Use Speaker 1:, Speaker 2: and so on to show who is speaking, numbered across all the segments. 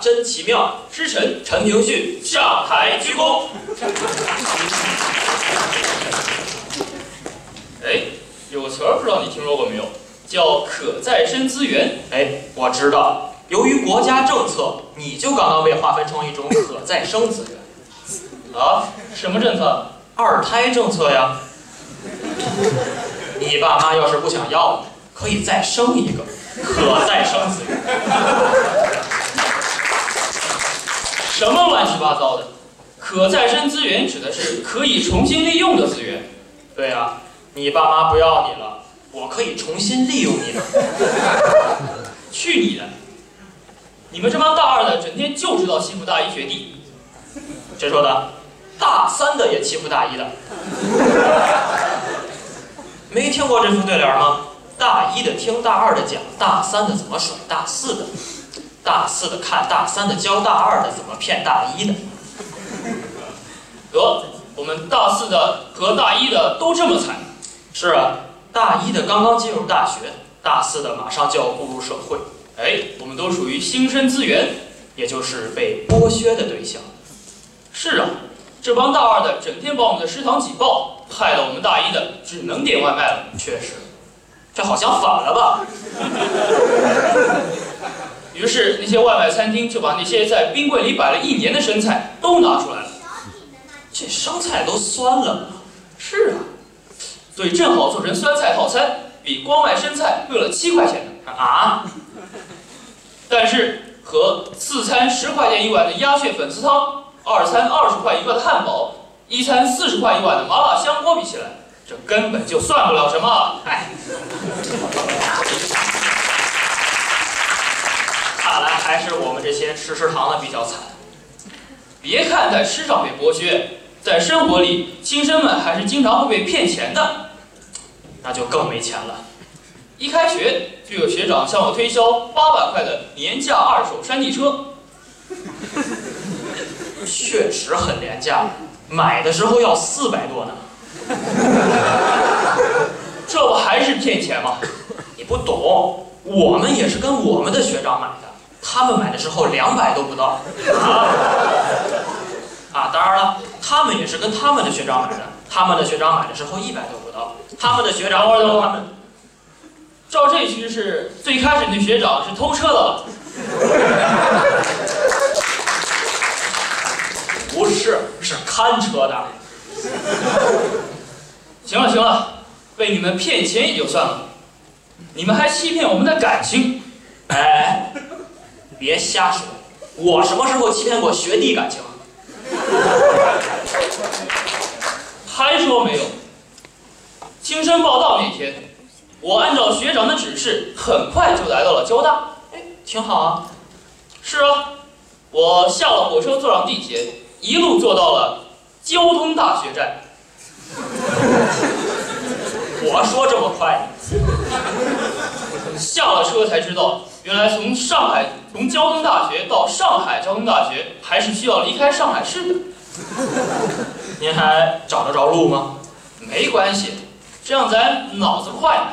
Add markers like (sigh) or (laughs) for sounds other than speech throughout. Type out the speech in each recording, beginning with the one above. Speaker 1: 真奇妙之神陈平旭上台鞠躬。哎，有个词儿不知道你听说过没有？叫可再生资源。哎，我知道，由于国家政策，你就刚刚被划分成一种可再生资源。啊，什么政策？二胎政策呀。你爸妈要是不想要你，可以再生一个，可再生资源。什么乱七八糟的？可再生资源指的是可以重新利用的资源。对啊，你爸妈不要你了，我可以重新利用你们。去你的！你们这帮大二的整天就知道欺负大一学弟，谁说的？大三的也欺负大一的，没听过这副对联吗？大一的听大二的讲，大三的怎么甩大四的，大四的看大三的教大二的怎么骗大一的。得，我们大四的和大一的都这么惨。是啊，大一的刚刚进入大学，大四的马上就要步入社会。哎，我们都属于新生资源，也就是被剥削的对象。是啊，这帮大二的整天把我们的食堂挤爆，害得我们大一的只能点外卖了。确实，这好像反了吧？于是那些外卖餐厅就把那些在冰柜里摆了一年的生菜都拿出来了。这生菜都酸了吗？是啊，所以正好做成酸菜套餐，比光卖生菜贵了七块钱呢。啊！但是和四餐十块钱一碗的鸭血粉丝汤，二餐二十块一个的汉堡，一餐四十块一碗的麻辣香锅比起来，这根本就算不了什么啊。哎，看来还是我们这些吃食堂的比较惨。别看在吃上被剥削，在生活里，新生们还是经常会被骗钱的，那就更没钱了。一开学就有学长向我推销八百块的廉价二手山地车，确实很廉价，买的时候要四百多呢。 (laughs) 这不还是骗钱吗？你不懂，我们也是跟我们的学长买的，他们买的时候两百都不到。 (laughs) 啊，当然了，他们也是跟他们的学长买的，他们的学长买的时候一百都不到，他们的学长买的他们。照这趋势，最开始那学长是偷车的吧？不是，是看车的。 (laughs) 行了行了，被你们骗钱也就算了，你们还欺骗我们的感情，哎，别瞎说，我什么时候欺骗过学弟感情？啊还说没有。新生报道那天，我按照学长的指示，很快就来到了交大。哎，挺好啊。是啊，我下了火车，坐上地铁，一路坐到了交通大学站。我说这么快，下了车才知道，原来从上海从交通大学到上海交通大学，还是需要离开上海市的。您还找得着路吗？没关系，这样咱脑子快呢。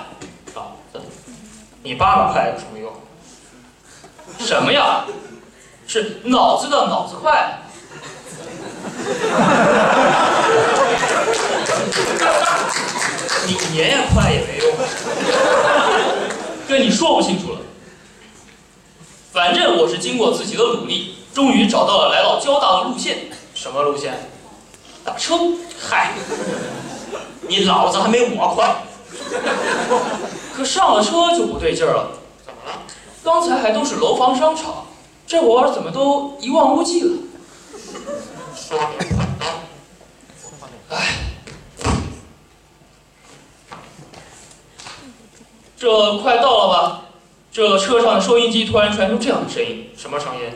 Speaker 1: 脑子，你八百块有什么用？什么呀？是脑子的脑子快。你爷爷快也 (laughs) 没用，跟你说不清楚了。反正我是经过自己的努力，终于找到了来到交大的路线。什么路线？打车？嗨，你老子还没我快。可上了车就不对劲儿了，怎么了？刚才还都是楼房商场，这会儿怎么都一望无际了？唉，这快到了吧？这车上的收音机突然传出这样的声音，什么声音？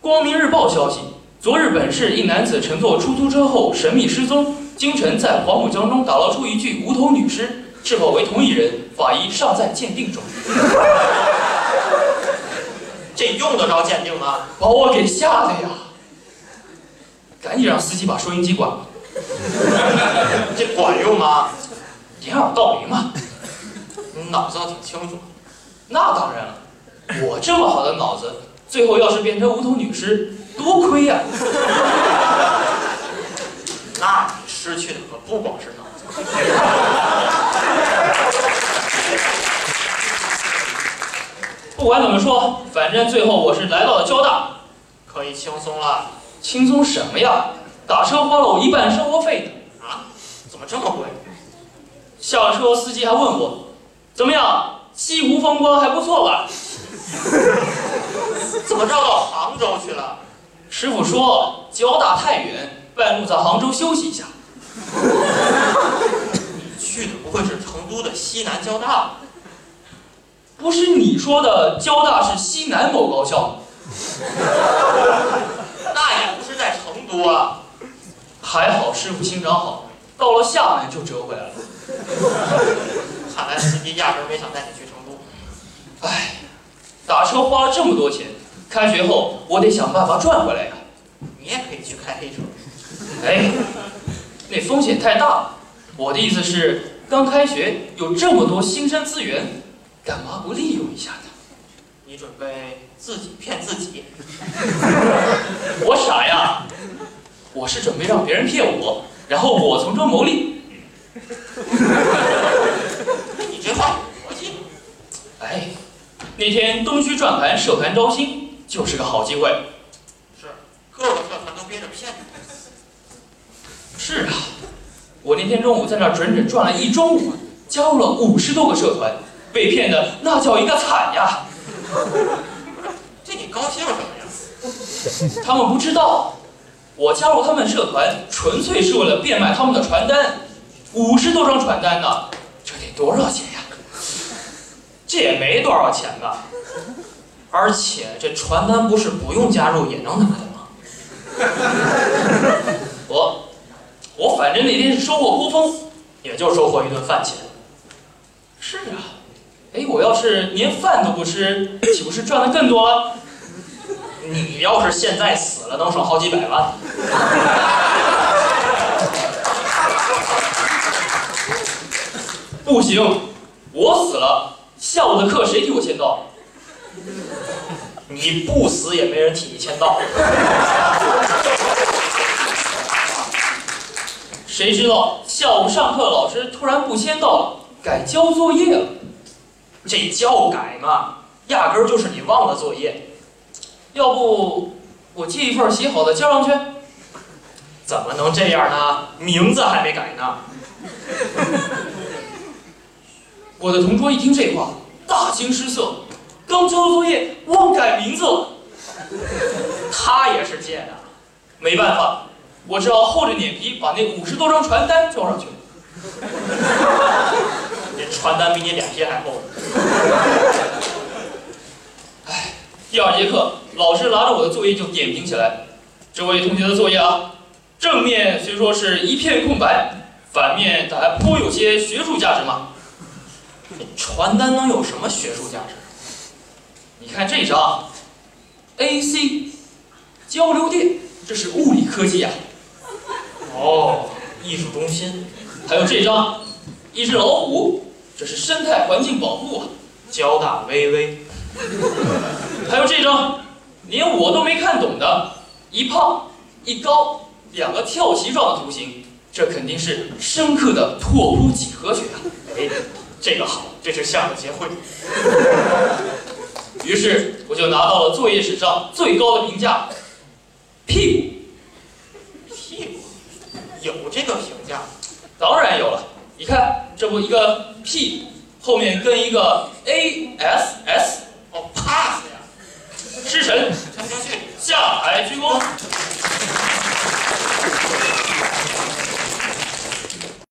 Speaker 1: 光明日报消息，昨日本市一男子乘坐出租车后神秘失踪，京城在黄浦江中打捞出一具无头女尸，是否为同一人？法医尚在鉴定中。 (laughs) 这用得着鉴定吗？把我给吓的呀！赶紧让司机把收音机关了。 (laughs) 这管用吗？掩耳盗铃嘛。你脑子倒挺清楚。那当然了，我这么好的脑子，最后要是变成无头女尸，多亏呀、 (laughs) 那你失去的可不光是脑子。 (laughs) 不管怎么说，反正最后我是来到了交大，可以轻松了。轻松什么呀？打车花了我一半生活费呢。啊？怎么这么贵？下了车，司机还问我，怎么样？西湖风光还不错吧？ (laughs) 怎么绕到杭州去了？师傅说交大太远，半路在杭州休息一下。你去的不会是成都的西南交大吧？不是你说的交大是西南某高校？那也不是在成都啊。还好师傅心肠好，到了厦门就折回来了。看来司机压根没想带你去成都。唉，哎打车花了这么多钱，开学后我得想办法赚回来呀、你也可以去开黑车。哎，那风险太大了。我的意思是，刚开学有这么多新生资源，干嘛不利用一下呢？ (laughs) 你准备自己骗自己？我傻呀！我是准备让别人骗我，然后我从中牟利。你这话有逻辑。哎，那天东区转盘社团招新就是个好机会。是，各个社团都憋着骗是啊，我那天中午在那儿整整转了一中午，加入了五十多个社团，被骗的那叫一个惨呀！这你高兴什么呀？他们不知道，我加入他们社团纯粹是为了变卖他们的传单，五十多张传单呢，这得多少钱呀？这也没多少钱吧？而且这传单不是不用加入也能拿的吗？ (laughs) 我我反正那天是收获颇丰，也就收获一顿饭钱。是啊，哎，我要是连饭都不吃，岂不是赚的更多了？你要是现在死了，能省好几百万。不行，我死了，下午的课谁替我签到？你不死也没人替你签到。谁知道下午上课老师突然不签到了，改交作业了。这叫改嘛，压根儿就是你忘了作业。要不我借一份写好的交上去？怎么能这样呢？名字还没改呢。我的同桌一听这话，大惊失色，刚交了作业忘改名字了。他也是借的，没办法，我只好厚着脸皮把那五十多张传单交上去。这传单比你脸皮还厚。第二节课，老师拿着我的作业就点评起来：“这位同学的作业啊，正面虽说是一片空白，反面但还颇有些学术价值嘛。”传单能有什么学术价值？你看这张，AC 交流电，这是物理科技啊。哦，艺术中心。还有这张，一只老虎，这是生态环境保护啊。交大微微。还有这张，连我都没看懂的，一胖一高，两个跳棋状的图形，这肯定是深刻的拓扑几何学啊！哎，这个好，这是相声协会。于是我就拿到了作业史上最高的评价，屁股。屁股，有这个评价？当然有了，你看，这不一个 P 后面跟一个 A S 哦 S。